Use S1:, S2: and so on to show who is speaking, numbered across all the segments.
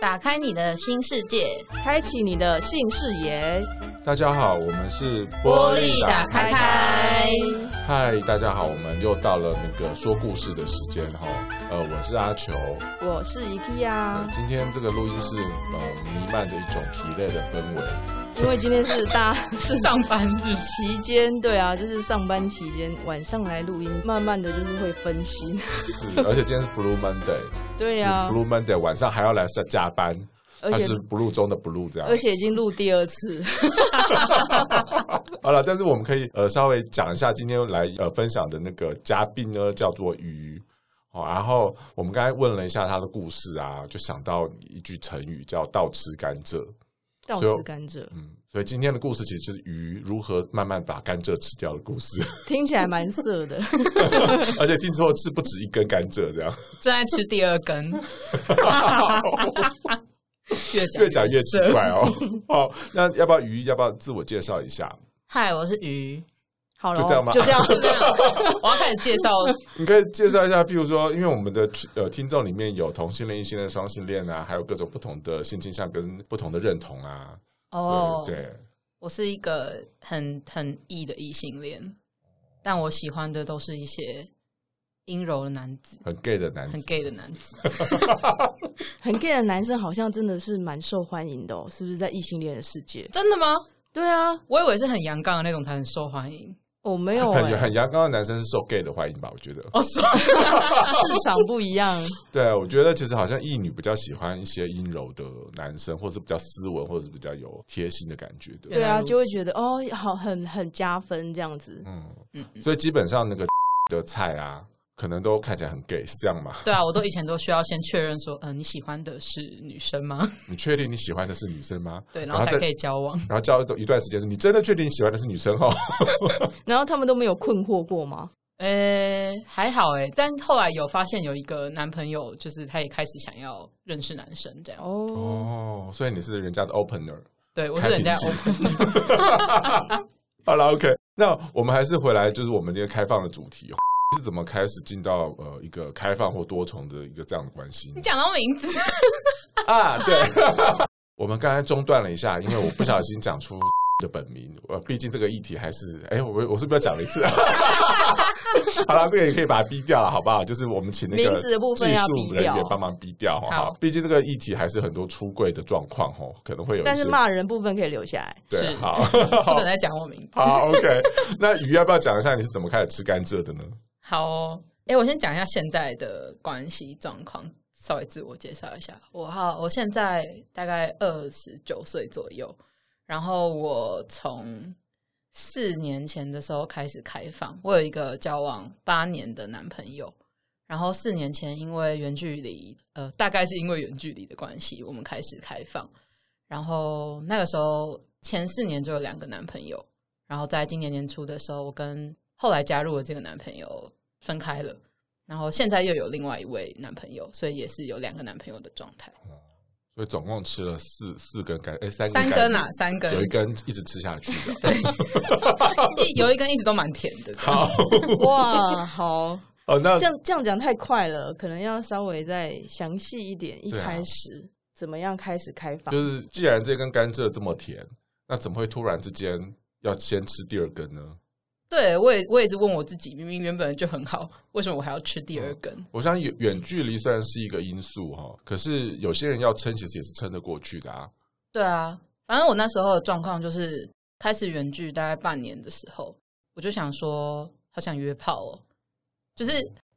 S1: 打开你的新世界，
S2: 开启你的性视野，
S3: 大家好，我们是
S1: 玻璃打开开。
S3: 嗨，大家好，我们又到了那个说故事的时间哈。呃，我是阿球。
S2: 我是 ET
S3: 呃
S2: 啊，
S3: 今天这个录音室呃弥漫着一种疲累的氛围。
S2: 因为今天是 大是
S1: 上班日期。
S2: 期间，对 啊，就是上班期间晚上来录音，慢慢的就是会分心，
S3: 是， 而且今天是 Blue Monday，
S2: 对啊
S3: 是，Blue Monday，晚上还要来上加班，
S2: 而
S3: 它
S2: 且
S3: 是 Blue 中的 Blue 这样
S2: 而。且已经录第二次，
S3: 好了，但是我们可以呃稍微讲一下今天来呃分享的那个嘉宾呢，叫做鱼。哦，然后我们刚才问了一下他的故事啊，就想到一句成语叫“倒吃甘蔗”。
S2: 倒
S3: 所以
S2: 吃甘蔗，
S3: 嗯，所以今天的故事其实就是鱼如何慢慢把甘蔗吃掉的故事，
S2: 听起来蛮涩的，
S3: 而且听说吃不止一根甘蔗这样，
S1: 正在吃第二 根， 越讲
S3: 越讲越奇怪哦。好，那要不要鱼要不要自我介绍一下？
S1: 嗨，我是鱼，
S2: 好了，
S3: 就这样吗
S2: 就这样，
S1: 就这 样，我要开始介绍
S3: 你可以介绍一下，譬如说，因为我们的呃听众里面有同性恋、异性恋、双性恋啊，还有各种不同的性倾向跟不同的认同啊。
S1: 哦。
S3: 对，对
S1: 我是一个很很
S2: E
S1: 异的异性恋，但我喜欢的都是一些阴柔的男子，
S3: 很 gay 的男
S1: 很
S3: 子，
S1: gay 的男子。
S2: 很 gay 的男生好像真的是蛮受欢迎的哦，是不是在异性恋的世界？
S1: 真的吗？
S2: 对啊，
S1: 我以为是很阳刚的那种才很受欢迎。
S2: 我、没有、
S3: 很
S2: 欸，
S3: 很阳刚的男生是受 gay 的欢迎吧？我觉得，
S1: 哦，是
S2: 市场不一样，
S3: 对，啊我觉得其实好像异女比较喜欢一些阴柔的男生，或者是比较斯文，或者是比较有贴心的感觉的。
S1: 原
S2: 对
S1: 来
S2: 啊，
S1: 如此
S2: 就会觉得哦，好，很很加分这样子。
S3: 嗯
S1: 嗯，
S3: 所以基本上那个的菜啊，可能都看起来很 gay，是这样吗？
S1: 对啊，我都以前都需要先确认说，嗯、你喜欢的是女生 吗？
S3: 你确定你喜欢的是女生吗？
S1: 对，然后才
S3: 再
S1: 可以交往。
S3: 然后交一段时间，你真的确定你喜欢的是女生哦？
S2: 然后他们都没有困惑过吗？
S1: 呃、还好哎、但后来有发现有一个男朋友，就是他也开始想要认识男生这样。
S2: 哦，
S3: 哦，所以你是人家的 opener。
S1: 对我是 人家
S3: 开
S1: 欧
S3: 瓶器好了，OK，那我们还是回来，就是我们今天开放的主题 哦，是怎么开始进到呃一个开放或多重的一个这样的关系呢？
S1: 你讲到名字，
S3: 啊，对， 我们刚才中断了一下，因为我不小心讲出 的本名，呃，毕竟这个议题还是，哎，我我是不是要讲了一次？ 好了，这个也可以把它逼掉了，好不好？就是我们请那个
S2: 名字的部
S3: 技
S2: 分要
S3: 术
S2: 逼
S3: 人
S2: 掉
S3: 员帮忙逼掉，好不好
S1: 好？
S3: 毕竟这个议题还是很多出柜的状况哦，可能会有一些。
S2: 但是骂人部分可以留下来。
S3: 对，
S1: 是
S3: 好，
S1: 不准再讲我名字。
S3: 好，OK。那鱼要不要讲一下你是怎么开始吃甘蔗的呢？
S1: 好、哦，哎、我先讲一下现在的关系状况，稍微自我介绍一下。我好，我现在大概二十九岁左右，然后我从四年前的时候开始开放，我有一个交往八年的男朋友。然后四年前，因为远距离，呃，大概是因为远距离的关系，我们开始开放。然后那个时候，前四年就有两个男朋友，然后在今年年初的时候，我跟后来加入的这个男朋友分开了，然后现在又有另外一位男朋友，所以也是有两个男朋友的状态，
S3: 所以总共吃了四四根甘，哎，三根
S1: 三
S3: 甘
S1: 根啊
S3: 蔗，
S1: 三根，
S3: 有一根一直吃下去的。
S1: 一有一根一直都蛮甜的。
S3: 好，
S2: 哇，好，
S3: 哦，那
S2: 这样这样讲太快了，可能要稍微再详细一点。一
S3: 对啊
S2: 开始、怎么样开始开放？
S3: 就是既然这根甘蔗这么甜，那怎么会突然之间要先吃第二根呢？
S1: 对我也我也是问我自己，明明原本就很好，为什么我还要吃第
S3: 嗯
S1: 二根？
S3: 我想远远距离虽然是一个因素哈，可是有些人要撑其实也是撑得过去的啊。
S1: 对啊，反正我那时候的状况就是开始远距大概半年的时候，我就想说好想约炮哦，就是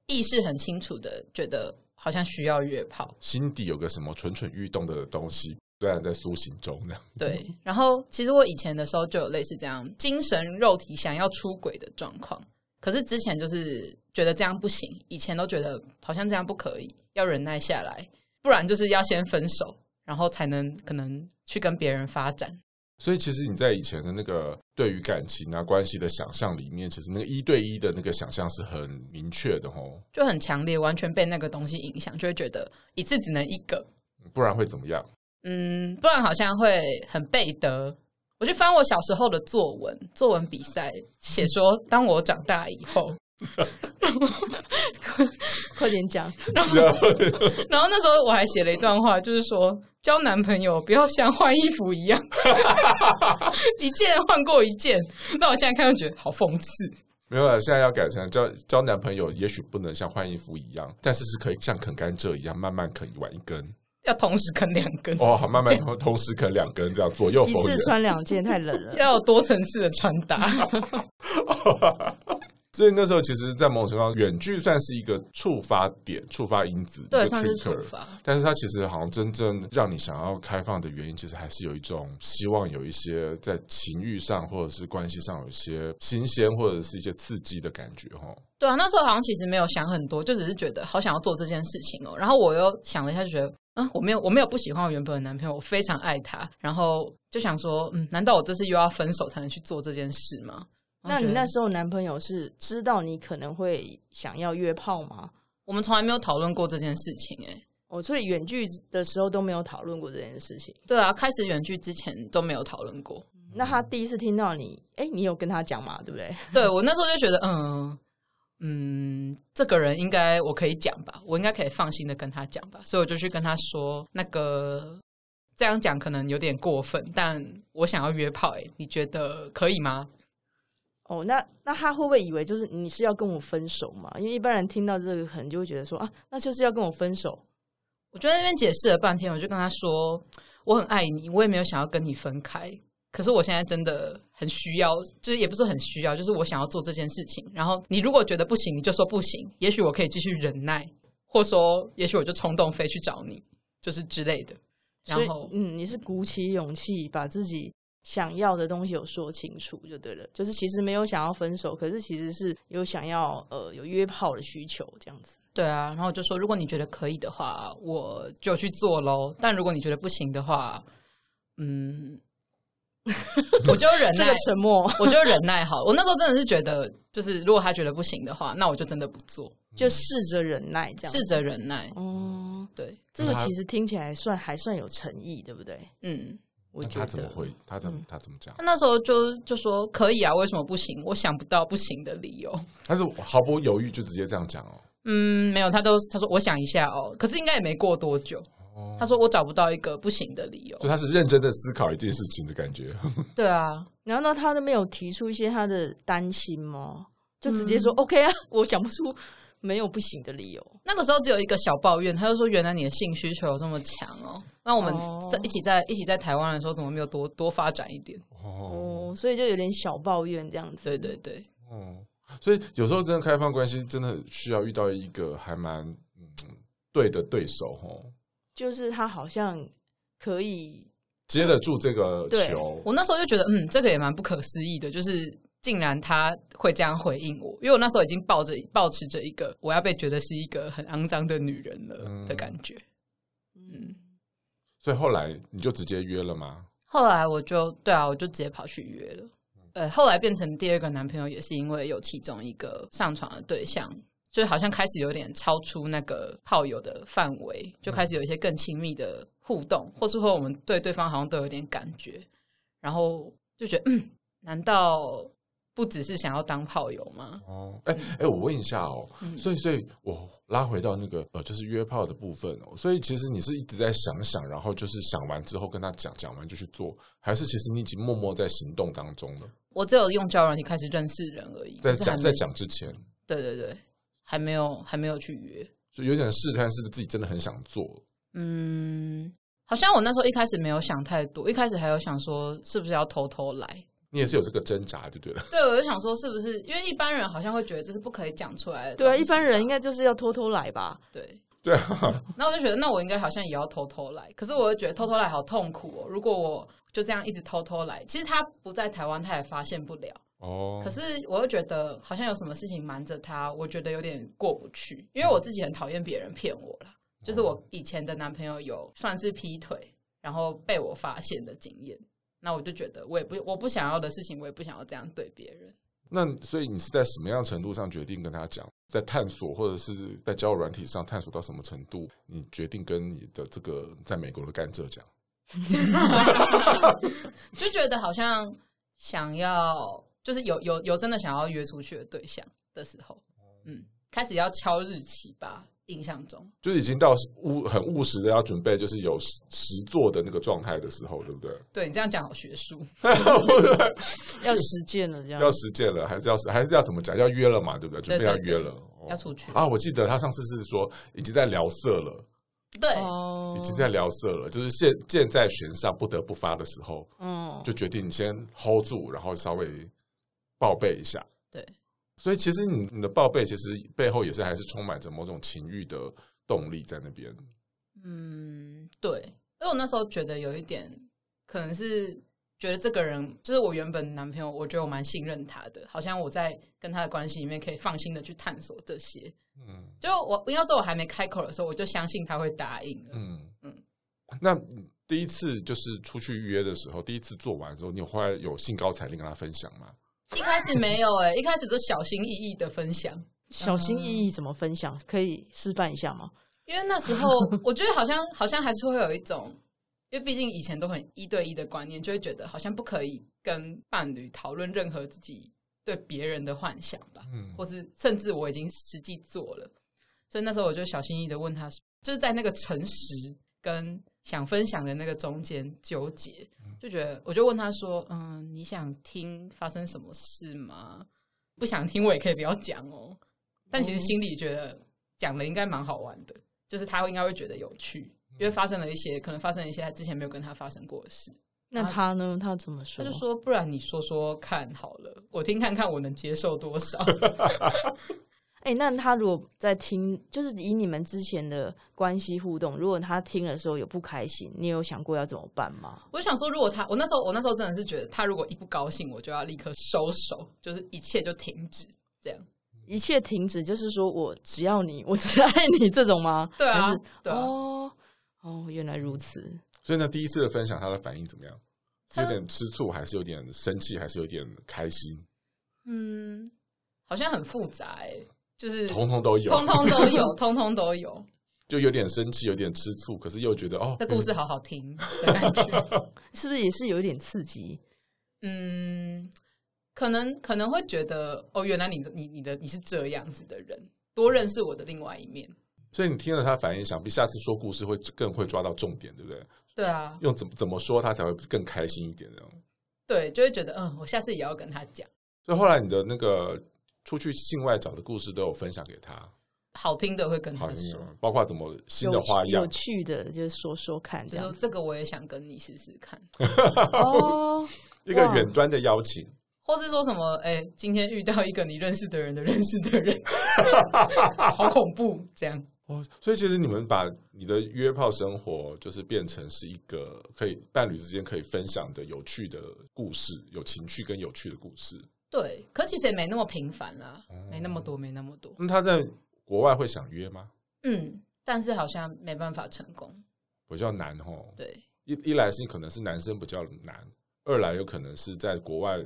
S1: 意识很清楚的觉得好像需要约炮。
S3: 心底有个什么蠢蠢欲动的东西，虽然在苏醒中呢。
S1: 对，然后其实我以前的时候就有类似这样精神肉体想要出轨的状况，可是之前就是觉得这样不行，以前都觉得好像这样不可以，要忍耐下来，不然就是要先分手，然后才能可能去跟别人发展。
S3: 所以其实你在以前的那个对于感情啊关系的想象里面，其实那个一对一的那个想象是很明确的哦，
S1: 就很强烈，完全被那个东西影响，就会觉得一次只能一个，
S3: 不然会怎么样？
S1: 嗯，不然好像会很背德。我去翻我小时候的作文，作文比赛写说，当我长大以后，
S2: 快点 讲，
S1: 然后那时候我还写了一段话，就是说交男朋友不要像换衣服一样，一件换过一件。那我现在看就觉得好讽刺。
S3: 没有了，现在要改成交交男朋友，也许不能像换衣服一样，但是是可以像啃甘蔗一样慢慢啃完一根。
S1: 要同时啃两根，
S3: 哦，好，慢慢同同时啃两根，这样左右
S2: 一
S3: 逢
S2: 次
S3: 源。
S2: 穿两件太冷 了。
S1: 要有多层次的穿搭。
S3: 所以那时候其实，在某种程度上，远距算是一个触发点、触发因子，
S1: 对
S3: 一个
S1: 算是
S3: trigger
S1: 处罚
S3: 但是它其实好像真正让你想要开放的原因，其实还是有一种希望有一些在情欲上或者是关系上有一些新鲜或者是一些刺激的感觉，哈。
S1: 对啊，那时候好像其实没有想很多，就只是觉得好想要做这件事情哦。然后我又想了一下，就觉得啊，我没有，我没有不喜欢我原本的男朋友，我非常爱他。然后就想说，嗯，难道我这次又要分手才能去做这件事吗？
S2: 那你
S1: 然后觉得
S2: 那时候男朋友是知道你可能会想要约炮吗？
S1: 我们从来没有讨论过这件事情、诶。哎，
S2: 哦，所以远距的时候都没有讨论过这件事情。
S1: 对啊，开始远距之前都没有讨论过。
S2: 那他第一次听到你，哎、你有跟他讲嘛？对不对？
S1: 对我那时候就觉得，嗯嗯，这个人应该我可以讲吧，我应该可以放心的跟他讲吧，所以我就去跟他说，那个这样讲可能有点过分，但我想要约炮、欸，你觉得可以吗？
S2: 哦，那那他会不会以为就是你是要跟我分手嘛？因为一般人听到这个，可能就会觉得说啊，那就是要跟我分手。
S1: 我就在那边解释了半天，我就跟他说，我很爱你，我也没有想要跟你分开，可是我现在真的很需要，就是也不是很需要，就是我想要做这件事情。然后你如果觉得不行，你就说不行，也许我可以继续忍耐，或说也许我就冲动飞去找你，就是之类的。然
S2: 所以
S1: 后，
S2: 嗯，你是鼓起勇气把自己想要的东西有说清楚就对了，就是其实没有想要分手，可是其实是有想要呃有约炮的需求这样子。
S1: 对啊，然后我就说，如果你觉得可以的话，我就去做喽。但如果你觉得不行的话，嗯， 我就忍
S2: 这
S1: 耐嗯
S2: 个，沉默
S1: 我就忍耐好了。我那时候真的是觉得，就是如果他觉得不行的话，那我就真的不做，
S2: 就试着忍耐这样子。
S1: 试着忍耐。
S2: 哦，
S1: 对，
S2: 这个
S3: 那他
S2: 其实听起来算还算有诚意，对不对？
S1: 嗯，
S2: 我
S3: 那
S2: 觉
S3: 他
S2: 得
S3: 怎么会？他怎么
S2: 嗯
S3: 他怎么讲
S1: 他？那时候就就说可以啊，为什么不行？我想不到不行的理由。
S3: 他是毫不犹豫就直接这样讲哦。
S1: 嗯，没有，他都他说我想一下哦，可是应该也没过多久，
S3: 哦
S1: 他说我找不到一个不行的理由
S3: 所。以他是认真的思考一件事情的感觉。
S1: 对啊，
S2: 难道他都没有提出一些他的担心吗？就直接说、OK
S1: 嗯
S2: 啊， 我想不出没有不行的理由。
S1: 那个时候只有一个小抱怨，他就说：“原来你的性需求有这么强哦，那我们
S2: 哦
S1: 在一起在一起在台湾的时候，怎么没有多多发展一点
S3: 哦
S2: 哦，所以就有点小抱怨这样？”子。
S1: 对对对，
S3: 哦，所以有时候真的开放关系真的需要遇到一个还蛮嗯对的对手哦，
S2: 就是他好像可以，
S3: 接得住这个
S2: 对
S3: 球。
S1: 我那时候就觉得，嗯，这个也蛮不可思议的，就是竟然他会这样回应我，因为我那时候已经抱着抱持着一个我要被觉得是一个很肮脏的女人了
S3: 嗯
S1: 的感觉。
S2: 嗯，
S3: 所以后来你就直接约了吗？
S1: 后来我就对啊，我就直接跑去约了。
S3: 嗯
S1: 呃，后来变成第二个男朋友，也是因为有其中一个上床的对象，就是好像开始有点超出那个炮友的范围，就
S3: 嗯
S1: 开始有一些更亲密的互动，或是说我们对对方好像都有点感觉，然后就觉得，嗯，难道不只是想要当炮友吗？
S3: 哦，哎、哎、我问一下哦，
S1: 嗯
S3: 所以所以我拉回到那个呃，就是约炮的部分哦。所以其实你是一直在想想，然后就是想完之后跟他讲，讲完就去做，还是其实你已经默默在行动当中了？
S1: 我只有用交友软体开始认识人而已，
S3: 在
S1: 可是还
S3: 讲
S1: 没
S3: 在，讲之前，
S1: 对对对，还没有还没有去约，
S3: 就有点试探是不是自己真的很想做。
S1: 嗯，好像我那时候一开始没有想太多，一开始还有想说是不是要偷偷来。
S3: 你也是有这个挣扎，就对了。
S1: 对，我就想说是不是因为一般人好像会觉得这是不可以讲出来的东
S2: 对啊，
S1: 西吧，
S2: 一般人应该就是要偷偷来吧？
S1: 对。
S3: 对啊，
S1: 那我就觉得，那我应该好像也要偷偷来，可是我又觉得偷偷来好痛苦哦。如果我就这样一直偷偷来，其实他不在台湾，他也发现不了。
S3: 哦，
S1: 可是我又觉得好像有什么事情瞒着他，我觉得有点过不去，因为我自己很讨厌别人骗我啦。
S3: 哦
S1: 就是我以前的男朋友有算是劈腿，然后被我发现的经验，那我就觉得我也不我不想要的事情，我也不想要这样对别人。
S3: 那所以你是在什么样程度上决定跟他讲？在探索或者是在交友软体上探索到什么程度，你决定跟你的这个在美国的甘蔗讲？
S1: 就觉得好像想要，就是有有有真的想要约出去的对象，的时候，
S3: 哦
S1: 嗯，开始要敲日期吧，印象中。
S3: 就是已经到务很务实的要准备，就是有实实做的那个状态的时候，对不对？
S1: 对你这样讲好学术，
S2: 要实践了这样
S3: 要。实践了，还是要实还是要怎么讲？要约了嘛，对不对？准备要约了，哦
S1: 要出去
S3: 啊！我记得他上次是说已经在聊色了，
S1: 对，
S2: 哦
S3: 已经在聊色了，就是现箭在弦上，不得不发的时候，
S2: 嗯，
S3: 就决定先 hold 住，然后稍微报备一下。
S1: 对，
S3: 所以其实你你的报备，其实背后也是还是充满着某种情欲的动力在那边。
S1: 嗯，对，因为我那时候觉得有一点，可能是觉得这个人就是我原本男朋友，我觉得我蛮信任他的，好像我在跟他的关系里面可以放心的去探索这些。
S3: 嗯
S1: 就我应该说，我还没开口的时候，我就相信他会答应了。
S3: 嗯
S1: 嗯
S3: 那你第一次就是出去约的时候，第一次做完之后，你有后来有兴高采烈跟他分享吗？
S1: 一开始没有哎、一开始都小心翼翼的分享，
S2: 小心翼翼怎么分享？可以示范一下吗？
S1: 因为那时候我觉得好像好像还是会有一种，因为毕竟以前都很一对一的观念，就会觉得好像不可以跟伴侣讨论任何自己对别人的幻想吧，
S3: 嗯
S1: 或是甚至我已经实际做了，所以那时候我就小心翼翼的问他，就是在那个诚实跟想分享的那个中间纠结，就觉得我就问他说，嗯，你想听发生什么事吗？不想听我也可以不要讲哦，但其实心里觉得讲了应该蛮好玩的，就是他应该会觉得有趣，因为发生了一些可能发生了一些他之前没有跟他发生过的事，
S2: 那他呢？啊他怎么
S1: 他
S2: 说？
S1: 就说：“不然你说说看好了，我听看看我能接受多少。
S2: 哎、那他如果在听，就是以你们之前的关系互动，如果他听的时候有不开心，你有想过要怎么办吗？”
S1: 我想说，如果他我那时候我那时候真的是觉得，他如果一不高兴，我就要立刻收手，就是一切就停止这样。
S2: 一切停止，就是说我只要你，我只爱你这种吗？
S1: 对啊
S2: 还是，
S1: 对啊
S2: 哦哦，原来如此。
S3: 所以呢，第一次的分享，他的反应怎么样？是
S1: 他
S3: 有点吃醋，还是有点生气，还是有点开心？
S1: 嗯，好像很复杂哎、就是
S3: 通通都有，
S1: 通通都有， 通通都有。
S3: 就有点生气，有点吃醋，可是又觉得哦，
S1: 这故事好好听的感觉。
S2: 是不是也是有一点刺激？
S1: 嗯，可能可能会觉得哦，原来你的你你的你是这样子的人，多认识我的另外一面。
S3: 所以你听了他的反应，想必下次说故事会更会抓到重点，对不对？
S1: 对啊，
S3: 用怎么怎么说他才会更开心一点这样。
S1: 对，就会觉得嗯，我下次也要跟他讲，
S3: 所以后来你的那个出去境外找的故事都有分享给他，
S1: 好听的会跟
S3: 好
S1: 他
S3: 像
S1: 说
S3: 有，包括怎么新的
S2: 有趣
S3: 花样
S2: 有，趣的，就是说说看这
S1: 就
S2: 样
S1: 说
S2: 子。
S1: 这个我也想跟你试试看，
S2: 哦，
S3: 一个
S2: 哇
S3: 远端的邀请，
S1: 或是说什么哎、今天遇到一个你认识的人的认识的人，好恐怖，这样
S3: 哦，所以其实你们把你的约炮生活，就是变成是一个可以伴侣之间可以分享的有趣的故事，有情趣跟有趣的故事。
S1: 对，可其实也没那么频繁啦，没那么多，没那么多，
S3: 那他在国外会想约吗？
S1: 嗯，但是好像没办法成功，
S3: 比较难哦。
S1: 对，
S3: 一一来是可能是男生比较难，二来有可能是在国外，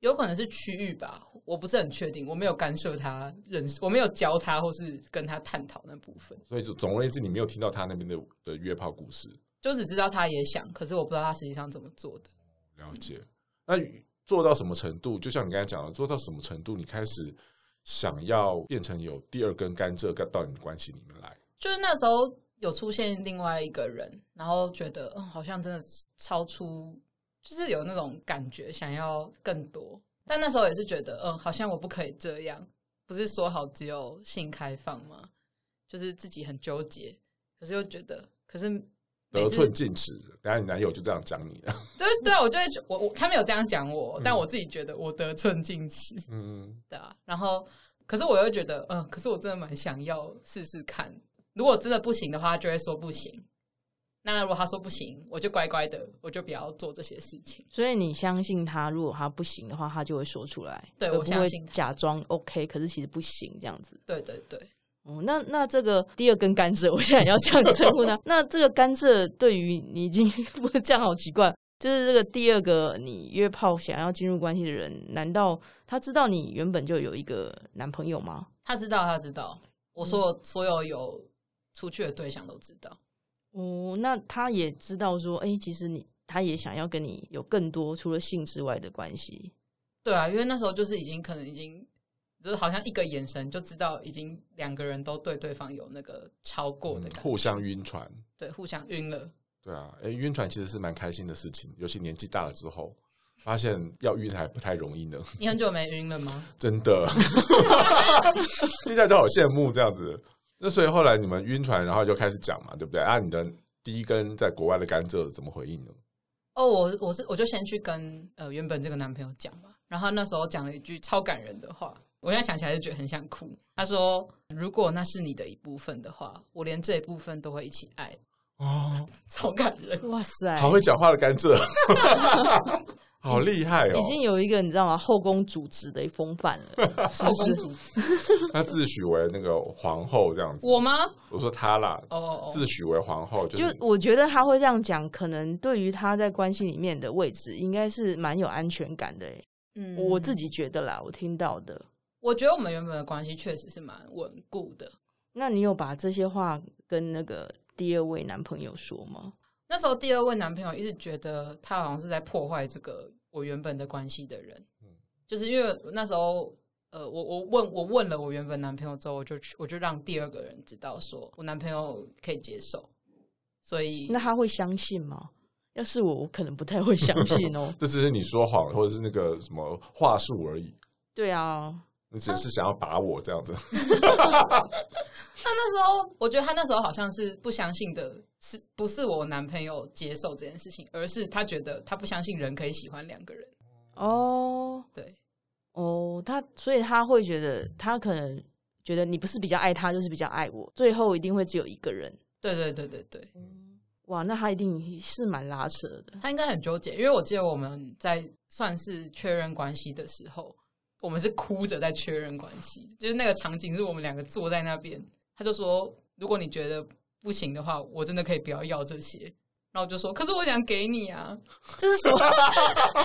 S1: 有可能是区域吧，我不是很确定，我没有干涉他认识，我没有教他或是跟他探讨那部分，
S3: 所以就总而言之，你没有听到他那边的的约炮故事，
S1: 就只知道他也想，可是我不知道他实际上怎么做的。
S3: 了解。那做到什么程度？就像你刚才讲的，做到什么程度，你开始想要变成有第二根甘蔗干到你的关系里面来？
S1: 就是那时候有出现另外一个人，然后觉得嗯，好像真的超出，就是有那种感觉，想要更多。但那时候也是觉得，嗯，好像我不可以这样，不是说好只有性开放吗？就是自己很纠结，可是又觉得，可是每
S3: 得
S1: 次
S3: 寸进尺。等下你男友就这样讲你，
S1: 对对啊，我就会觉我我他没有这样讲我，但我自己觉得我得寸进尺
S3: 嗯，
S1: 的、啊。然后，可是我又觉得，嗯，可是我真的蛮想要试试看。如果真的不行的话，他就会说不行。那如果他说不行，我就乖乖的，我就不要做这些事 情。
S2: 所以你相信他，如果他不行的话，他就会说出来，
S1: 对
S2: 而
S1: 我
S2: 不
S1: 相
S2: 会
S1: 信他
S2: 假装 OK，可是其实不行这样子。
S1: 对对对，
S2: 哦，那那这个第二根甘蔗，我现在也要这样称呼呢。 那这个甘蔗对于你已经不这样好奇怪，就是这个第二个你约炮想要进入关系的人，难道他知道你原本就有一个男朋友吗？
S1: 他知道，他知道，我所有所有有出去的对象都知道。
S2: 哦，那他也知道说，哎、其实你他也想要跟你有更多除了性之外的关系。
S1: 对啊，因为那时候就是已经可能已经就是好像一个眼神就知道已经两个人都对对方有那个超过的感觉，
S3: 互相晕船。
S1: 对互相晕了，
S3: 对啊，哎，晕船其实是蛮开心的事情，尤其年纪大了之后，发现要晕还不太容易呢，
S1: 你很久没晕了吗？
S3: 真的。 现在都好羡慕这样子。那所以后来你们晕船，然后就开始讲嘛，对不对？啊，你的第一根在国外的甘蔗怎么回应呢？
S1: 哦，我我是我就先去跟呃原本这个男朋友讲嘛，然后他那时候讲了一句超感人的话，我现在想起来就觉得很想哭。他说：“如果那是你的一部分的话，我连这一部分都会一起爱。
S3: 哦，”
S1: 超感人，
S2: 哇塞，
S3: 好会讲话的甘 蔗，好厉害哦
S2: 已！经有一个你知道吗？后宫主子的风范 了，是
S1: 后
S2: 不
S1: 公
S2: 是？
S1: 主。
S3: 她自诩为那个皇后这样子。
S1: 我吗？
S3: 我说她啦，
S1: 哦哦
S3: 自诩为皇后，就
S2: 就是我觉得他会这样讲，可能对于他在关系里面的位置，应该是蛮有安全感的、欸。
S1: 嗯
S2: 我自，己觉得啦，我听到的。
S1: 我觉得我们原本的关系确实是蛮稳固的。
S2: 那你有把这些话跟那个第二位男朋友说吗？
S1: 那时候第二位男朋友一直觉得他好像是在破坏这个我原本的关系的人，
S3: 嗯。
S1: 就是因为那时候。呃，我我问我问了我原本男朋友之后，我就去我就让第二个人知道说我男朋友可以接受，所以
S2: 那他会相信吗？要是我，我可能不太会相信 哦
S3: 这只是你说谎或者是那个什么话术而已，
S2: 对啊，
S3: 你只是想要把我这样子。
S1: 他那时候，我觉得他那时候好像是不相信的，是不是我男朋友接受这件事情，而是他觉得他不相信人可以喜欢两个人。
S2: 哦
S1: 对，
S2: 哦，他所以他会觉得他可能觉得你不是比较爱他，就是比较爱我，最后一定会只有一个人。
S1: 对对对对对，
S2: 哇，那他一定是蛮拉扯的。
S1: 他应该很纠结，因为我记得我们在算是确认关系的时候，我们是哭着在确认关系，就是那个场景是我们两个坐在那边，他就说：“如果你觉得不行的话，我真的可以不要要这些。”然后我就说：“可是我想给你啊，
S2: 这是什 么？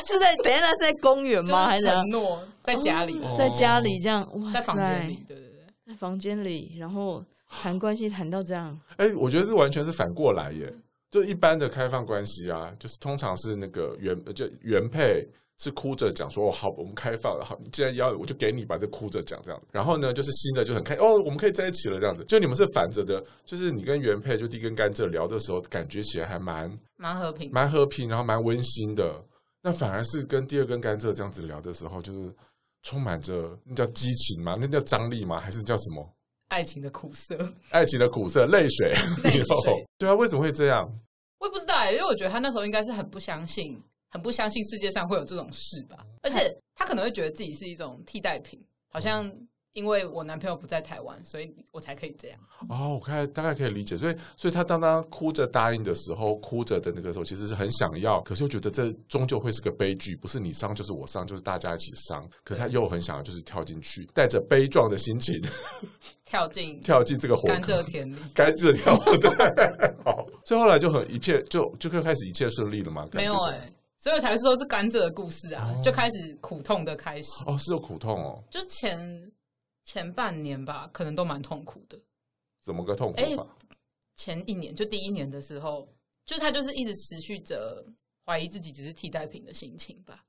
S2: 是在等一下，那是在公园
S1: 就
S2: 吗？还
S1: 是
S2: 是怎样
S1: 承诺在家里，
S3: 哦
S2: 在家里这样？哇塞，
S1: 在房间里，对对对。”
S2: 在房间里，然后谈关系谈到这样，
S3: 哎、我觉得这完全是反过来耶。就一般的开放关系啊，就是通常是那个原就原配是哭着讲说，哦，好，我们开放了，好，你既然要，我就给你吧，这哭着讲这样子。然后呢，就是新的就很开，哦，我们可以在一起了这样子。就你们是反着的，就是你跟原配就第一根甘蔗聊的时候，感觉起来还蛮
S1: 蛮和平的。
S3: 蛮和平，然后蛮温馨的。那反而是跟第二根甘蔗这样子聊的时候，就是充满着那叫激情吗？那叫张力吗？还是叫什么？
S1: 爱情的苦涩，
S3: 爱情的苦涩、泪水，
S1: 泪水
S3: 有对啊，为什么会这样？
S1: 我也不知道欸、因为我觉得他那时候应该是很不相信，很不相信世界上会有这种事吧。而且
S3: 嗯
S1: 他可能会觉得自己是一种替代品，好像因为我男朋友不在台湾，所以我才可以这样。
S3: 哦，我看大概可以理解，所以所以他当他哭着答应的时候，哭着的那个时候，其实是很想要，可是又觉得这终究会是个悲剧，不是你伤就是我伤，就是大家一起伤。可是他又很想要，就是跳进去，带着悲壮的心情
S1: 跳进
S3: 跳进这个火
S1: 甘
S3: 坑
S1: 蔗田 里，
S3: 甘蔗跳， 对，好，所以后来就很一切就就可以开始一切顺利了嘛？
S1: 没有哎、
S3: 哎、
S1: 所以我才说是甘蔗的故事啊
S3: 哦，
S1: 就开始苦痛的开始。
S3: 哦，是有苦痛哦，
S1: 就前前半年吧，可能都蛮痛苦的。
S3: 怎么个痛苦
S1: 哎
S3: 法？
S1: 前一年就第一年的时候，就他就是一直持续着怀疑自己只是替代品的心情吧。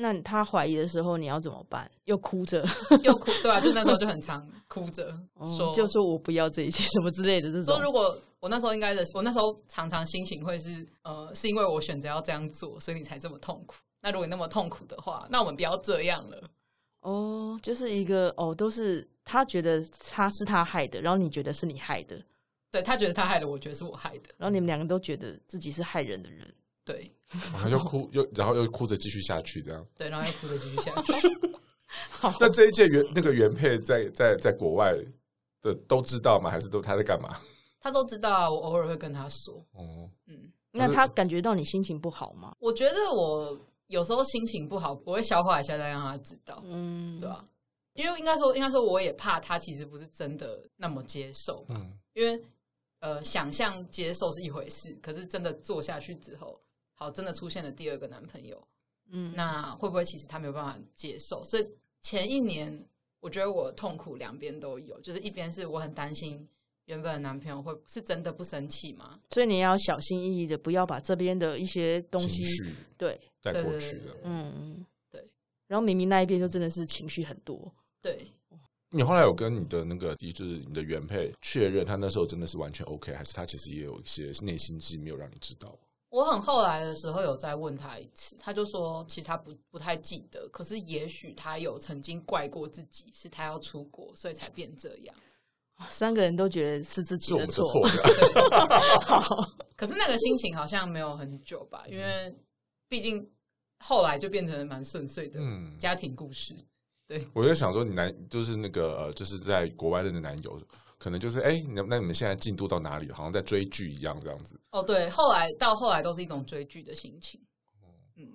S2: 那他怀疑的时候，你要怎么办？又哭着，
S1: 又哭，对啊，就那时候就很常哭着说，
S2: 嗯就说我不要这一切什么之类的这种
S1: 说。如果我那时候应该的，我那时候常常心情会是，呃，是因为我选择要这样做，所以你才这么痛苦。那如果你那么痛苦的话，那我们不要这样了。
S2: 哦，就是一个哦，都是他觉得他是他害的，然后你觉得是你害的，
S1: 对他觉得是他害的，我觉得是我害的。
S2: 然后你们两个都觉得自己是害人的人。
S1: 对
S3: 然后又哭，又然后又哭着继续下去，这样。
S1: 对，然后又哭着继续下去。
S2: 好，
S3: 那这一届原那个原配在在在国外的都知道吗？还是都他在干嘛？
S1: 他都知道啊，我偶尔会跟他说，
S3: 哦，
S1: 嗯，
S2: 那他感觉到你心情不好吗？
S1: 我觉得我有时候心情不好，我会消化一下再让他知道。
S2: 嗯，
S1: 对啊，因为应该说，应该说，我也怕他其实不是真的那么接受吧，
S3: 嗯
S1: 因为呃，想象接受是一回事，可是真的做下去之后，好，真的出现了第二个男朋友，
S2: 嗯，
S1: 那会不会其实他没有办法接受？所以前一年，我觉得我痛苦两边都有，就是一边是我很担心原本的男朋友会是真的不生气吗？
S2: 所以你要小心翼翼的，不要把这边的一些东西
S3: 情绪
S2: 对，
S3: 带过
S1: 对
S3: 去
S1: 对
S3: 的
S1: 对。
S2: 嗯，
S1: 对。
S2: 然后明明那一边就真的是情绪很多，
S1: 对，
S3: 你后来有跟你的那个，就是你的原配确认，他那时候真的是完全 OK，还是他其实也有一些内心戏没有让你知道？
S1: 我很后来的时候有再问他一次，他就说其实他不不太记得，可是也许他有曾经怪过自己，是他要出国，所以才变这样。
S2: 三个人都觉得是自己
S3: 是我
S2: 的
S3: 们的
S2: 错，
S3: 错的。
S1: 可是那个心情好像没有很久吧，因为毕竟后来就变成蛮顺遂的
S3: 嗯，
S1: 家庭故事。
S3: 我就想说，你男就是那个呃，就是在国外认的男友，可能就是哎、你那你们现在进度到哪里？好像在追剧一样，这样子，
S1: 哦，对，后来到后来都是一种追剧的心情。嗯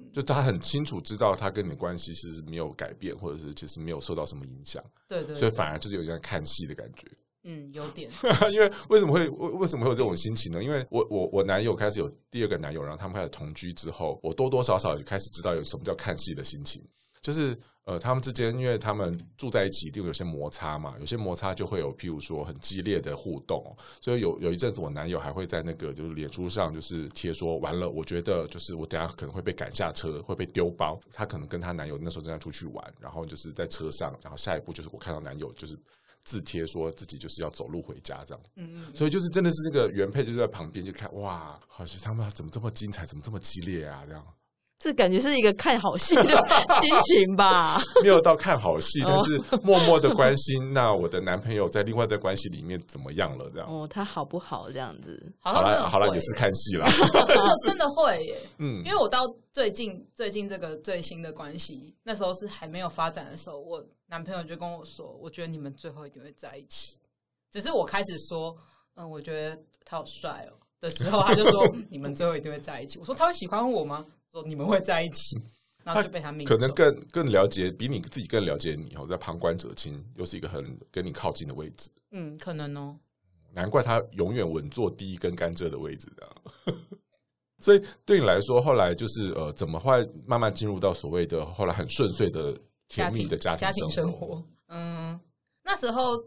S1: 嗯，
S3: 就他很清楚知道他跟你的关系是没有改变，或者是其实没有受到什么影响，
S1: 对对
S3: 所以
S1: 对，
S3: 反而就是有点看戏的感觉。
S1: 嗯，有点。
S3: 因为为什么会为为什么会有这种心情呢？因为我我我男友开始有第二个男友，然后他们开始同居之后，我多多少少就开始知道有什么叫看戏的心情。就是呃，他们之间，因为他们住在一起，一定有些摩擦嘛，有些摩擦就会有，譬如说很激烈的互动哦，所以有有一阵子，我男友还会在那个就是脸书上就是贴说，完了，我觉得就是我等下可能会被赶下车，会被丢包。她可能跟她男友那时候正在出去玩，然后就是在车上，然后下一步就是我看到男友就是自贴说自己就是要走路回家这样。
S1: 嗯嗯，
S3: 所以就是真的是这个原配就在旁边就看哇，好像他们怎么这么精彩，怎么这么激烈啊？这样
S2: 这感觉是一个看好戏的 心情吧？
S3: 没有到看好戏，
S2: 哦
S3: 但是默默的关心。那我的男朋友在另外的关系里面怎么样了？这样
S2: 哦，他好不好这样子？
S1: 好
S3: 好
S1: 像真
S3: 了
S1: 的
S3: 好了，
S1: 会
S3: 也是看戏啦。
S1: 真的 真的会耶。
S3: 嗯
S1: 因，为我到最近最近这个最新的关系，那时候是还没有发展的时候，我男朋友就跟我说，我觉得你们最后一定会在一起。只是我开始说，嗯，我觉得他好帅哦的时候，他就 说嗯你们最后一定会在一起。我说他会喜欢我吗？说你们会在一起，然后就被他命
S3: 可能
S1: 中
S3: 更更了解，比你自己更了解你哦，在旁观者清，又是一个很跟你靠近的位置。
S1: 嗯，可能哦。
S3: 难怪他永远稳坐第一根甘蔗的位置的。 所以对你来说，后来就是呃，怎么会慢慢进入到所谓的后来很顺遂的甜蜜的家
S1: 家庭
S3: 生
S1: 生活？。嗯，那时候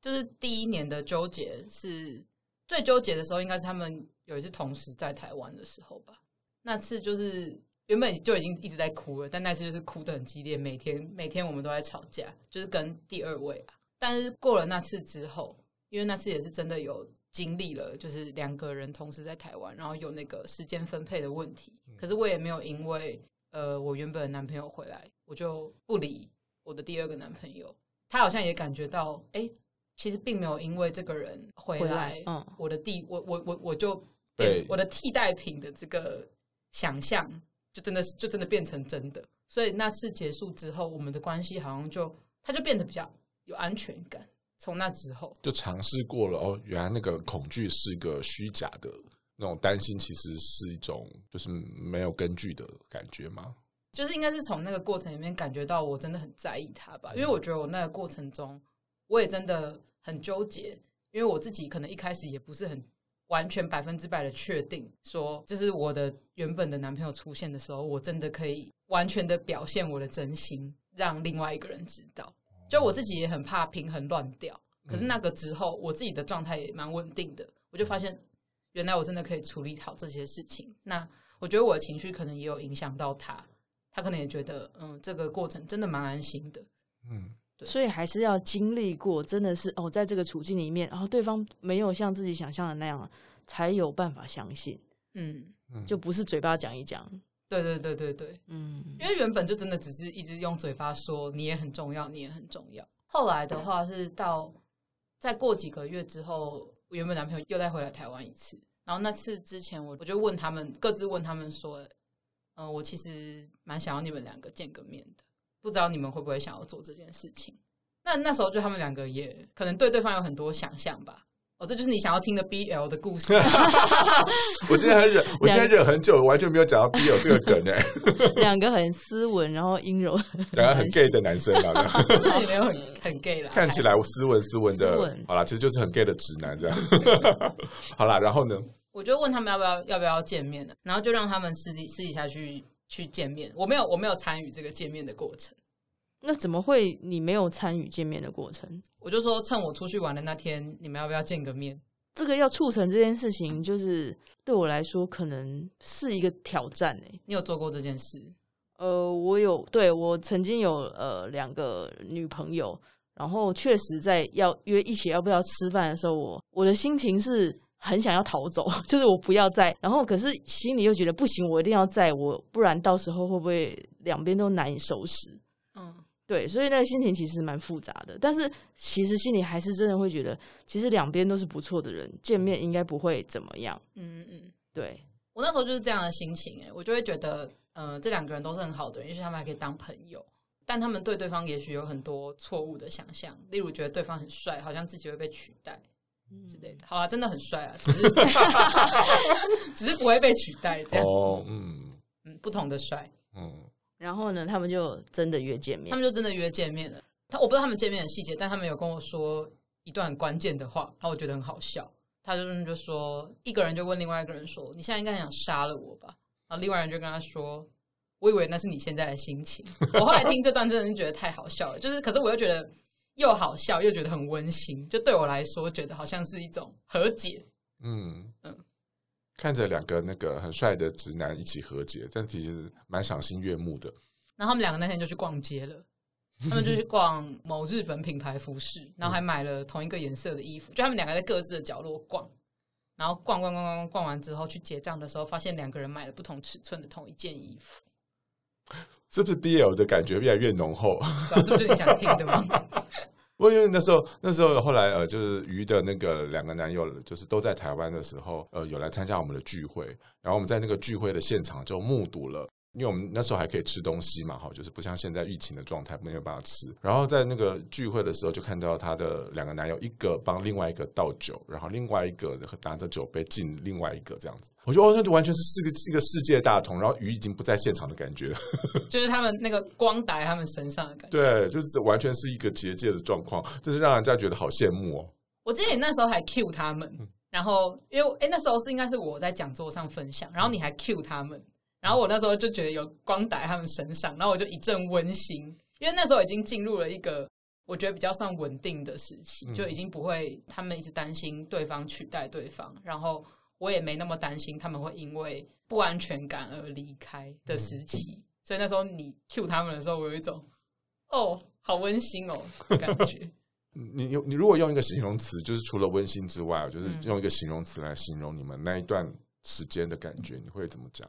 S1: 就是第一年的纠结是最纠结的时候，应该是他们有一次同时在台湾的时候吧。那次就是原本就已经一直在哭了，但那次就是哭得很激烈，每天每天我们都在吵架，就是跟第二位啊。但是过了那次之后，因为那次也是真的有经历了，就是两个人同时在台湾，然后有那个时间分配的问题。可是我也没有因为呃我原本的男朋友回来，我就不理我的第二个男朋友。他好像也感觉到，哎、其实并没有因为这个人回
S2: 回
S1: 来
S2: 来，，嗯，
S1: 我的地，我我我我就
S3: 对
S1: 变我的替代品的这个想象，就真的是就真的变成真的。所以那次结束之后，我们的关系好像就他就变得比较有安全感。从那之后，
S3: 就尝试过了哦，原来那个恐惧是个虚假的，那种担心其实是一种就是没有根据的感觉嘛。
S1: 就是应该是从那个过程里面感觉到我真的很在意他吧，因为我觉得我那个过程中，我也真的很纠结，因为我自己可能一开始也不是很完全百分之百的确定，说就是我的原本的男朋友出现的时候，我真的可以完全的表现我的真心，让另外一个人知道。就我自己也很怕平衡乱掉，可是那个之后，我自己的状态也蛮稳定的，我就发现原来我真的可以处理好这些事情。那我觉得我的情绪可能也有影响到他，他可能也觉得，嗯，这个过程真的蛮安心的。
S3: 嗯，
S1: 对
S2: 所以还是要经历过，真的是哦，在这个处境里面，然、后对方没有像自己想象的那样，才有办法相信，
S1: 嗯，
S3: 嗯
S2: 就不是嘴巴讲一讲，
S1: 对对对对对，
S2: 嗯，
S1: 因为原本就真的只是一直用嘴巴说你也很重要，你也很重要。后来的话是到再过几个月之后，我原本男朋友又再回来台湾一次，然后那次之前我我就问他们各自问他们说，嗯、我其实蛮想要你们两个见个面的，不知道你们会不会想要做这件事情。那那时候就他们两个也可能对对方有很多想象吧。哦，这就是你想要听的 BL 的故事。
S3: 我今天很忍，我今天忍很久，完全没有讲到 B 有这个梗哎、
S2: 两个很斯文，然后阴柔，
S3: 两个很 gay 的男生啊，这样
S1: 那也没有很很 gay 啦，
S3: 看起来我斯文斯文
S2: 斯
S3: 的
S2: 文，
S3: 好啦，其实就是很 gay 的直男这样。 好啦，然后呢？
S1: 我就问他们要不要要不要见面了，然后就让他们私底私底下去去见面。我没有我没有参与这个见面的过程，
S2: 那怎么会你没有参与见面的过程？
S1: 我就说趁我出去玩的那天，你们要不要见个面？
S2: 这个要促成这件事情，就是对我来说可能是一个挑战欸诶、
S1: 你有做过这件事？
S2: 呃，我有，对我曾经有呃两个女朋友，然后确实在要约一起要不要吃饭的时候，我我的心情是很想要逃走， 就是我不要在，然后可是心里又觉得不行，我一定要在，我不然到时候会不会两边都难以收拾？
S1: 嗯，
S2: 对，所以那个心情其实蛮复杂的，但是其实心里还是真的会觉得，其实两边都是不错的人，见面应该不会怎么样。
S1: 嗯嗯，
S2: 对，
S1: 我那时候就是这样的心情、欸，哎，我就会觉得，呃，这两个人都是很好的人，也许他们还可以当朋友，但他们对对方也许有很多错误的想象，例如觉得对方很帅，好像自己会被取代
S2: 嗯
S1: 之类的。好啊，真的很帅啊，只是 只是不会被取代这样，
S3: 哦，嗯
S1: 嗯，不同的帅。
S3: 嗯，
S2: 然后呢，他们就真的约见面
S1: 他。们就真的约见面了。他我不知道他们见面的细节，但他们有跟我说一段很关键的话，然后我觉得很好笑。他就是就说，一个人就问另外一个人说：“你现在应该很想杀了我吧？”然后另外人就跟他说：“我以为那是你现在的心情。” 我后来听这段真的是觉得太好笑了，就是可是我又觉得又好笑又觉得很温馨，就对我来说觉得好像是一种和解。
S3: 嗯
S1: 嗯，
S3: 看着两个那个很帅的直男一起和解，但其实蛮赏心悦目的。
S1: 然后他们两个那天就去逛街了，他们就去逛某日本品牌服饰，然后还买了同一个颜色的衣服，就他们两个在各自的角落逛，然后逛逛逛逛逛完之后去结账的时候，发现两个人买了不同尺寸的同一件衣服，
S3: 是不是 BL 的感觉越来越浓厚？
S1: 对吧这不是你想听的吗？
S3: 我因为那时候，那时候后来呃，就是鱼的那个两个男友，就是都在台湾的时候，呃，有来参加我们的聚会，然后我们在那个聚会的现场就目睹了。因为我们那时候还可以吃东西嘛，哈，就是不像现在疫情的状态没有办法吃。然后在那个聚会的时候，就看到她的两个男友，一个帮另外一个倒酒，然后另外一个拿着酒杯敬另外一个这样子。我觉得哦，那就完全是四个这个世界大同。然后鱼已经不在现场的感觉了，
S1: 就是他们那个光打在他们身上的感觉。
S3: 对，就是这完全是一个结界的状况，这是让人家觉得好羡慕哦。
S1: 我记得你那时候还 cue 他们，然后因为哎、诶那时候是应该是我在讲座上分享，然后你还 cue 他们，然后我那时候就觉得有光打在他们身上，然后我就一阵温馨，因为那时候已经进入了一个我觉得比较算稳定的时期，
S3: 嗯
S1: 就已经不会他们一直担心对方取代对方，然后我也没那么担心他们会因为不安全感而离开的时期，所以那时候你 cue 他们的时候，我有一种哦好温馨哦的感觉。
S3: 你你你如果用一个形容词，就是除了温馨之外，就是
S1: 嗯
S3: 用一个形容词来形容你们那一段时间的感觉，你会怎么讲？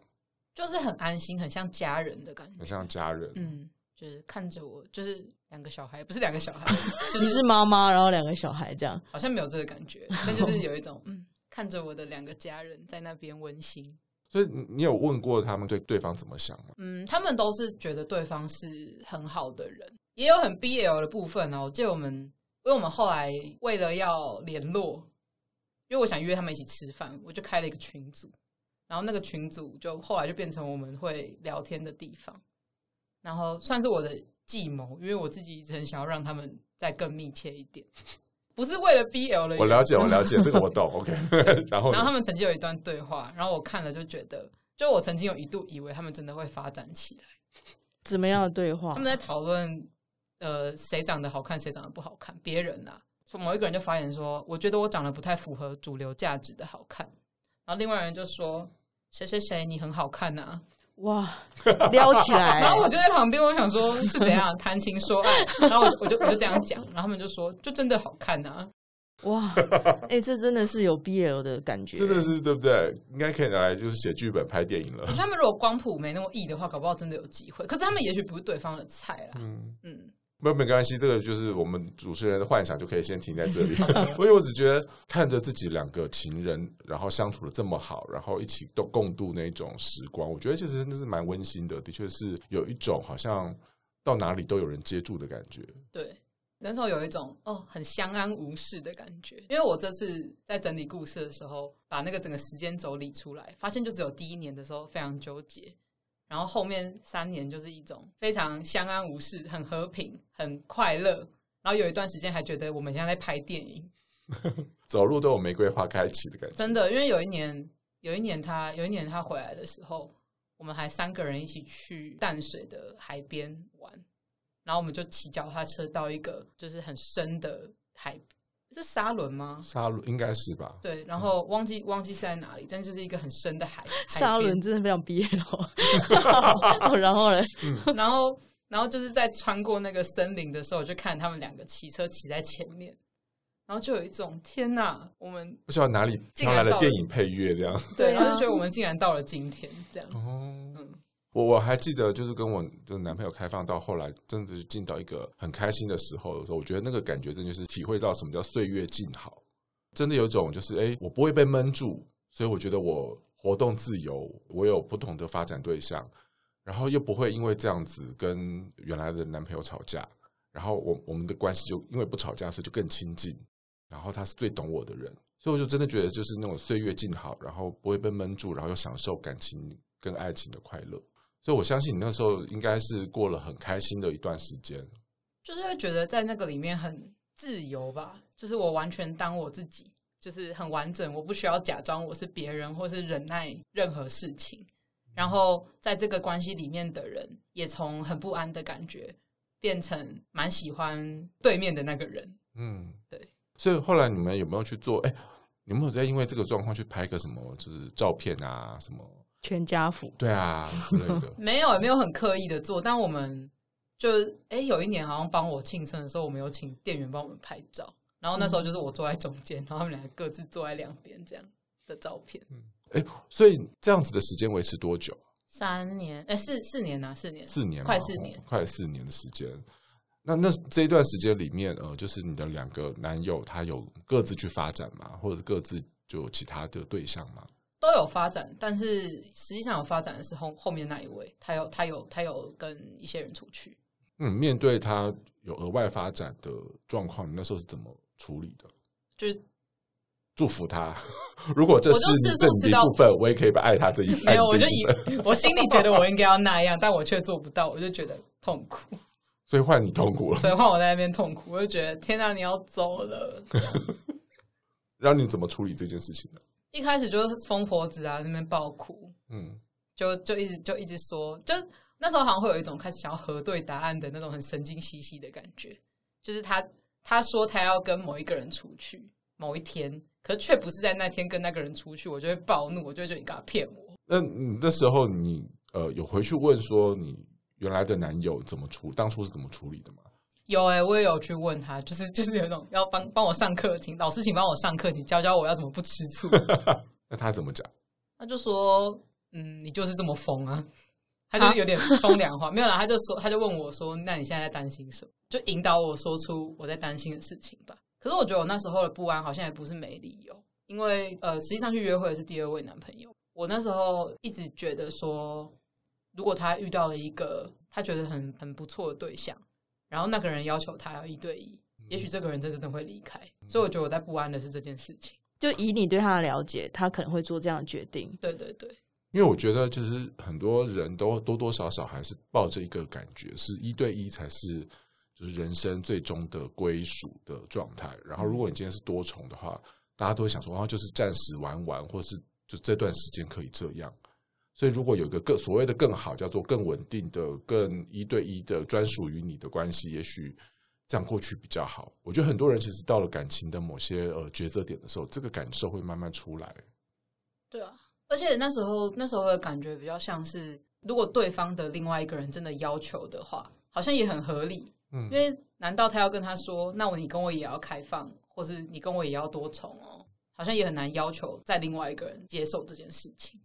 S1: 就是很安心，很像家人的感觉。
S3: 很像家人，
S1: 嗯，就是看着我，就是两个小孩，不是两个小孩，就
S2: 你
S1: 是
S2: 是妈妈，然后两个小孩这样。
S1: 好像没有这个感觉，但就是有一种嗯，看着我的两个家人在那边温馨。
S3: 所以你你有问过他们对对方怎么想吗？
S1: 嗯，他们都是觉得对方是很好的人，也有很 BL 的部分啊。我记得我们，因为我们后来为了要联络，因为我想约他们一起吃饭，我就开了一个群组，然后那个群组就后来就变成我们会聊天的地方，然后算是我的计谋，因为我自己一直很想要让他们再更密切一点， 不是为了 BL 的原因，
S3: 我了解，我了解，这个我懂。OK，然 后呢
S1: 啊然后他们曾经有一段对话，然后我看了就觉得，就我曾经有一度以为他们真的会发展起来。
S2: 怎么样的对话？
S1: 他们在讨论呃谁长得好看，谁长得不好看，别人啊，说某一个人就发言说，我觉得我长得不太符合主流价值的好看，然后另外人就说。谁谁谁，你很好看呐、
S2: 哇，撩起来。
S1: 然后我就在旁边，我想说是怎样谈情说爱，然后我我就我就这样讲，然后他们就说就真的好看啊呐、
S2: 哇，哎、这真的是有 BL 的感觉，
S3: 真的是对不对？应该可以拿来就是写剧本、拍电影
S1: 我
S3: 了。
S1: 觉得他们如果光谱没那么异的话，搞不好真的有机会。可是他们也许不是对方的菜啦。
S3: 嗯，
S1: 嗯，
S3: 没没关系，这个就是我们主持人的幻想，就可以先停在这里。 所以我只觉得看着自己两个情人，然后相处的这么好，然后一起都共度那种时光，我觉得其实真的是蛮温馨的，的确是有一种好像到哪里都有人接住的感觉。
S1: 对，那时候有一种哦很相安无事的感觉。因为我这次在整理故事的时候，把那个整个时间轴理出来，发现就只有第一年的时候非常纠结，然后后面三年就是一种非常相安无事、很和平、很快乐。然后有一段时间还觉得我们现在在拍电影，
S3: 走路都有玫瑰花开启的感觉。
S1: 真的，因为有一年，有一年他有一年他回来的时候，我们还三个人一起去淡水的海边玩，然后我们就骑脚踏车到一个就是很深的海，是沙轮吗？
S3: 沙鲁应该是吧？
S1: 对，然后忘记忘记是在哪里，但就是一个很深 的海海
S2: 嗯沙
S1: 边
S2: 伦真的非常 BL。然后嘞，
S1: 然后然后就是在穿过那个森林的时候，我就看他们两个骑车骑在前面，然后就有一种天哪，我们
S3: 不晓得哪里飘来了电影配乐这样。
S1: 对，
S2: 对啊
S1: 然后就觉得我们竟然到了今天这样。
S3: 哦
S1: 嗯，
S3: 我我还记得，就是跟我的男朋友开放到后来，真的是进到一个很开心的时候的时候，我觉得那个感觉真的就是体会到什么叫岁月静好，真的有一种就是哎、诶我不会被闷住，所以我觉得我活动自由，我有不同的发展对象，然后又不会因为这样子跟原来的男朋友吵架，然后我我们的关系就因为不吵架，所以就更亲近，然后他是最懂我的人，所以我就真的觉得就是那种岁月静好，然后不会被闷住，然后又享受感情跟爱情的快乐。所以我相信你那时候应该是过了很开心的一段时间。
S1: 就是会觉得在那个里面很自由吧，就是我完全当我自己，就是很完整，我不需要假装我是别人或是忍耐任何事情。然后在这个关系里面的人，也从很不安的感觉变成蛮喜欢对面的那个人。
S3: 嗯，
S1: 对。。
S3: 所以后来你们有没有去做？哎、有没有在因为这个状况去拍个什么，就是照片啊，什么？
S2: 全家福，
S3: 对啊之类的
S1: 没有，也没有很刻意的做，但我们就哎、有一年好像帮我庆生的时候，我们有请店员帮我们拍照，然后那时候就是我坐在中间，然后他们两个各自坐在两边这样的照片。
S3: 哎、所以这样子的时间维持多久？
S1: 三年，哎、四四年啊，四年，
S3: 四年嘛，
S1: 快四年
S3: 哦快四年的时间。那那这一段时间里面，呃，就是你的两个男友，他有各自去发展嘛，或者各自就有其他的对象嘛？
S1: 都有发展，但是实际上有发展的是后后面那一位，他有他有他有跟一些人出去。
S3: 嗯，面对他有额外发展的状况，你那时候是怎么处理的？
S1: 就是
S3: 祝福他。 如果这是
S1: 我就
S3: 你
S1: 自作
S3: 正
S1: 自
S3: 的一
S1: 到
S3: 部分，我也可以爱他这一爱
S1: 没有，
S3: 你
S1: 我
S3: 这
S1: 就
S3: 一部分。
S1: 以我心里觉得我应该要那样，但我却做不到，我就觉得痛苦。
S3: 所以换你痛苦了。
S1: 所以换我在那边痛苦，我就觉得天哪、你要走了。
S3: 然后你怎么处理这件事情呢？
S1: 一开始就是疯婆子啊，在那边爆哭，
S3: 嗯，
S1: 就就一直就一直说，就那时候好像会有一种开始想要核对答案的那种很神经兮兮的感觉，就是他他说他要跟某一个人出去某一天，可却不是在那天跟那个人出去，我就会暴怒，我就会觉得你干嘛骗我。
S3: 那你那时候你呃有回去问说你原来的男友怎么处，当初是怎么处理的吗？
S1: 有哎、我也有去问他，就是就是有一种要帮帮我上课，请老师请帮我上课，请教教我要怎么不吃醋。
S3: 那他怎么讲？
S1: 他就说：“嗯，你就是这么疯啊。”他就是有点风凉话，没有啦。他就说，他就问我说：“那你现在在担心什么？”就引导我说出我在担心的事情吧。可是我觉得我那时候的不安好像也不是没理由，因为呃，实际上去约会的是第二位男朋友。我那时候一直觉得说，如果他遇到了一个他觉得很很不错的对象，然后那个人要求他要一对一，也许这个人真的会离开。所以我觉得我在不安的是这件事情。
S2: 就以你对他的了解，他可能会做这样的决定。
S1: 对对对，
S3: 因为我觉得，就是很多人都多多少少还是抱着一个感觉，是一对一才是就是人生最终的归属的状态。然后，如果你今天是多重的话，大家都会想说，哦，就是暂时玩玩，或是就这段时间可以这样。所以，如果有一个更所谓的更好，叫做更稳定的、更一对一的专属于你的关系，也许这样过去比较好。我觉得很多人其实到了感情的某些呃抉择点的时候，这个感受会慢慢出来。
S1: 对啊，而且那时候那时候的感觉比较像是，如果对方的另外一个人真的要求的话，好像也很合理，
S3: 嗯
S1: 因为难道他要跟他说，那我你跟我也要开放，或是你跟我也要多重哦？好像也很难要求在另外一个人接受这件事情。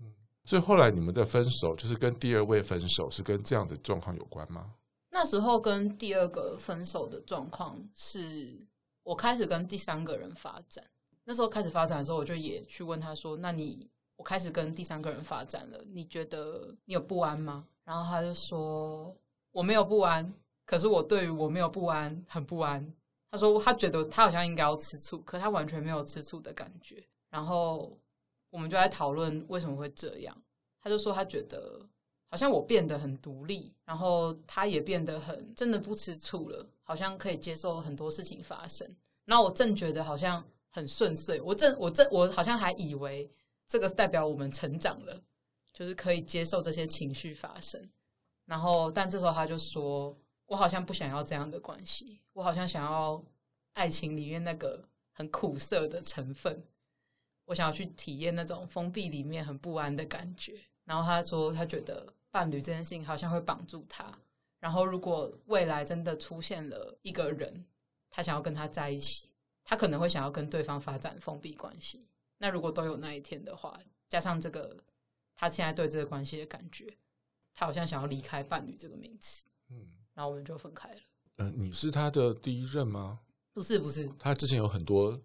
S3: 所以后来你们的分手，就是跟第二位分手，是跟这样的状况有关吗？
S1: 那时候跟第二个分手的状况是，我开始跟第三个人发展。那时候开始发展的时候，我就也去问他说：“那你我开始跟第三个人发展了，你觉得你有不安吗？”然后他就说：“我没有不安，可是我对于我没有不安很不安。”他说他觉得他好像应该要吃醋，可他完全没有吃醋的感觉。然后我们就在讨论为什么会这样。他就说他觉得好像我变得很独立，然后他也变得很真的不吃醋了，好像可以接受很多事情发生。那我正觉得好像很顺遂，我正我正我好像还以为这个代表我们成长了，就是可以接受这些情绪发生。然后，但这时候他就说：“我好像不想要这样的关系，我好像想要爱情里面那个很苦涩的成分，我想要去体验那种封闭里面很不安的感觉。”然后他说，他觉得伴侣这件事情好像会绑住他，然后如果未来真的出现了一个人，他想要跟他在一起，他可能会想要跟对方发展封闭关系。那如果都有那一天的话，加上这个他现在对这个关系的感觉，他好像想要离开伴侣这个名词，
S3: 嗯，
S1: 然后我们就分开了。
S3: 呃，你是他的第一任吗？
S1: 不是不是，
S3: 他之前有很多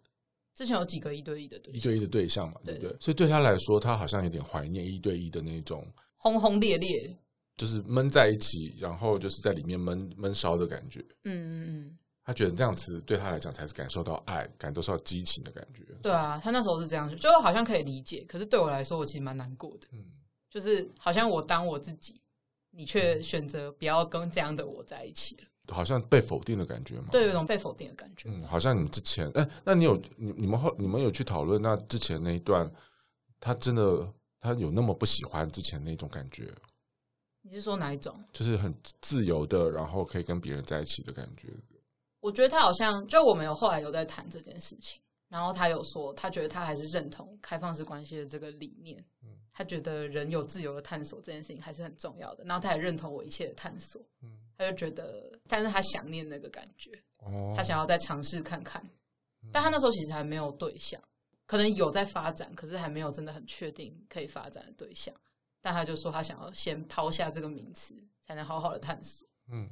S1: 之前有几个一对一的对
S3: 一
S1: 象，
S3: 对一的对象嘛，对
S1: 对
S3: 不对？所以对他来说，他好像有点怀念一对一的那种，
S1: 轰轰烈烈，
S3: 就是闷在一起，然后就是在里面闷闷烧的感觉。
S1: 嗯嗯嗯，
S3: 他觉得这样子对他来讲才是感受到爱，感受到激情的感觉。
S1: 对啊，他那时候是这样，就好像可以理解，可是对我来说，我其实蛮难过的，
S3: 嗯，
S1: 就是好像我当我自己，你却选择不要跟这样的我在一起了，
S3: 好像被否定的感觉嘛。
S1: 对，有一种被否定的感觉。
S3: 嗯，好像你之前，哎、那你有你你们后你们有去讨论那之前那一段，他真的他有那么不喜欢之前那种感觉，
S1: 你是说哪一种？
S3: 就是很自由的，然后可以跟别人在一起的感觉。
S1: 我觉得他好像，就我们有后来有在谈这件事情，然后他有说，他觉得他还是认同开放式关系的这个理念
S3: 嗯，
S1: 他觉得人有自由的探索这件事情还是很重要的，然后他也认同我一切的探索，
S3: 嗯，
S1: 他就觉得，但是他想念那个感觉，
S3: 哦，
S1: 他想要再尝试看看，但他那时候其实还没有对象，可能有在发展，可是还没有真的很确定可以发展的对象。但他就说他想要先抛下这个名词，才能好好的探索。
S3: 嗯，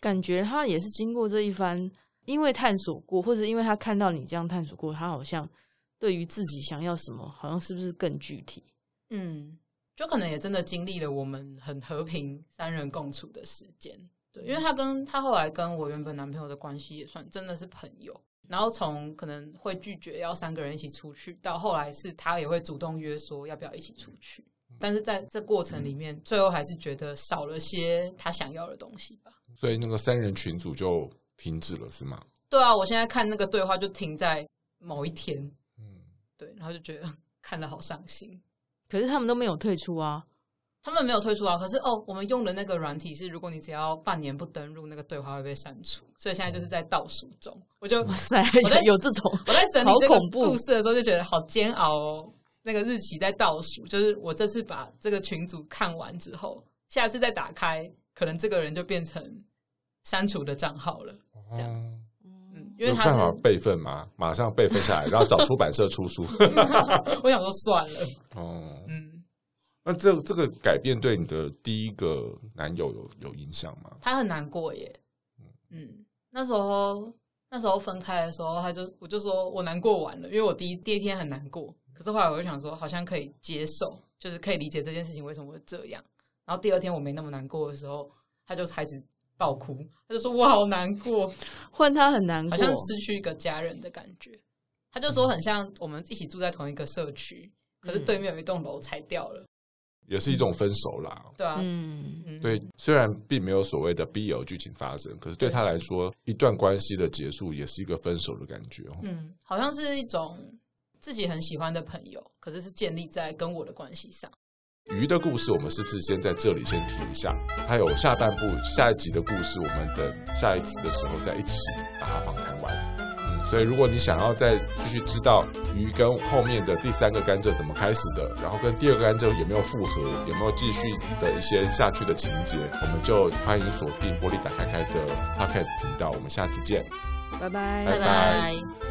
S2: 感觉他也是经过这一番，因为探索过，或者因为他看到你这样探索过，他好像对于自己想要什么，好像是不是更具体？
S1: 嗯，就可能也真的经历了我们很和平三人共处的时间。对，因为他跟他后来跟我原本男朋友的关系也算真的是朋友。然后从可能会拒绝要三个人一起出去，到后来是他也会主动约说要不要一起出去。但是在这过程里面，最后还是觉得少了些他想要的东西吧。
S3: 所以那个三人群组就停止了，是吗？
S1: 对啊，我现在看那个对话就停在某一天，
S3: 嗯，
S1: 对，然后就觉得 看了好伤心。
S2: 可是他们都没有退出啊，
S1: 他们没有退出啊，可是哦，我们用的那个软体是，如果你只要半年不登录，那个对话会被删除，所以现在就是在倒数中。我就
S2: 哇塞，
S1: 在
S2: 有有这种，
S1: 哦我在整理这
S2: 好
S1: 个
S2: 恐怖
S1: 故事的时候就觉得好煎熬哦，那个日期在倒数，就是我这次把这个群组看完之后，下次再打开，可能这个人就变成删除的账号了，这样
S3: 哦
S1: 嗯，因
S3: 有
S1: 为他
S3: 办法
S1: 是，
S3: 备份吗？马上备份下来，然后找出版社出 书。
S1: 我想说算了，
S3: 哦，
S1: 嗯。
S3: 那这这个改变对你的第一个男友有有影响吗？
S1: 他很难过耶。嗯，那时候那时候分开的时候，他就我就说我难过完了，因为我第一第一天很难过，可是后来我就想说，好像可以接受，就是可以理解这件事情为什么会这样。然后第二天我没那么难过的时候，他就开始爆哭，他就说我好难过，哦
S2: 换他很难
S1: 好
S2: 过，
S1: 像失去一个家人的感觉。他就说很像我们一起住在同一个社区，可是对面有一栋楼拆掉了，
S3: 也是一种分手啦。哦
S1: 对啊，
S2: 嗯，
S1: 嗯，
S3: 对，虽然并没有所谓的 BL 剧情发生，可是对
S1: 对
S3: 他来说，一段关系的结束也是一个分手的感觉哦。
S1: 嗯，好像是一种自己很喜欢的朋友，可是是建立在跟我的关系上。
S3: 鱼的故事，我们是不是先在这里先停一下？还有下半部下一集的故事，我们等下一次的时候再一起把它访谈完。嗯，所以如果你想要再继续知道鱼跟后面的第三个甘蔗怎么开始的，然后跟第二个甘蔗有没有复合，有没有继续的一些下去的情节，我们就欢迎锁定玻璃打开开的 Podcast 频道。我们下次见。
S2: 拜拜
S3: 拜拜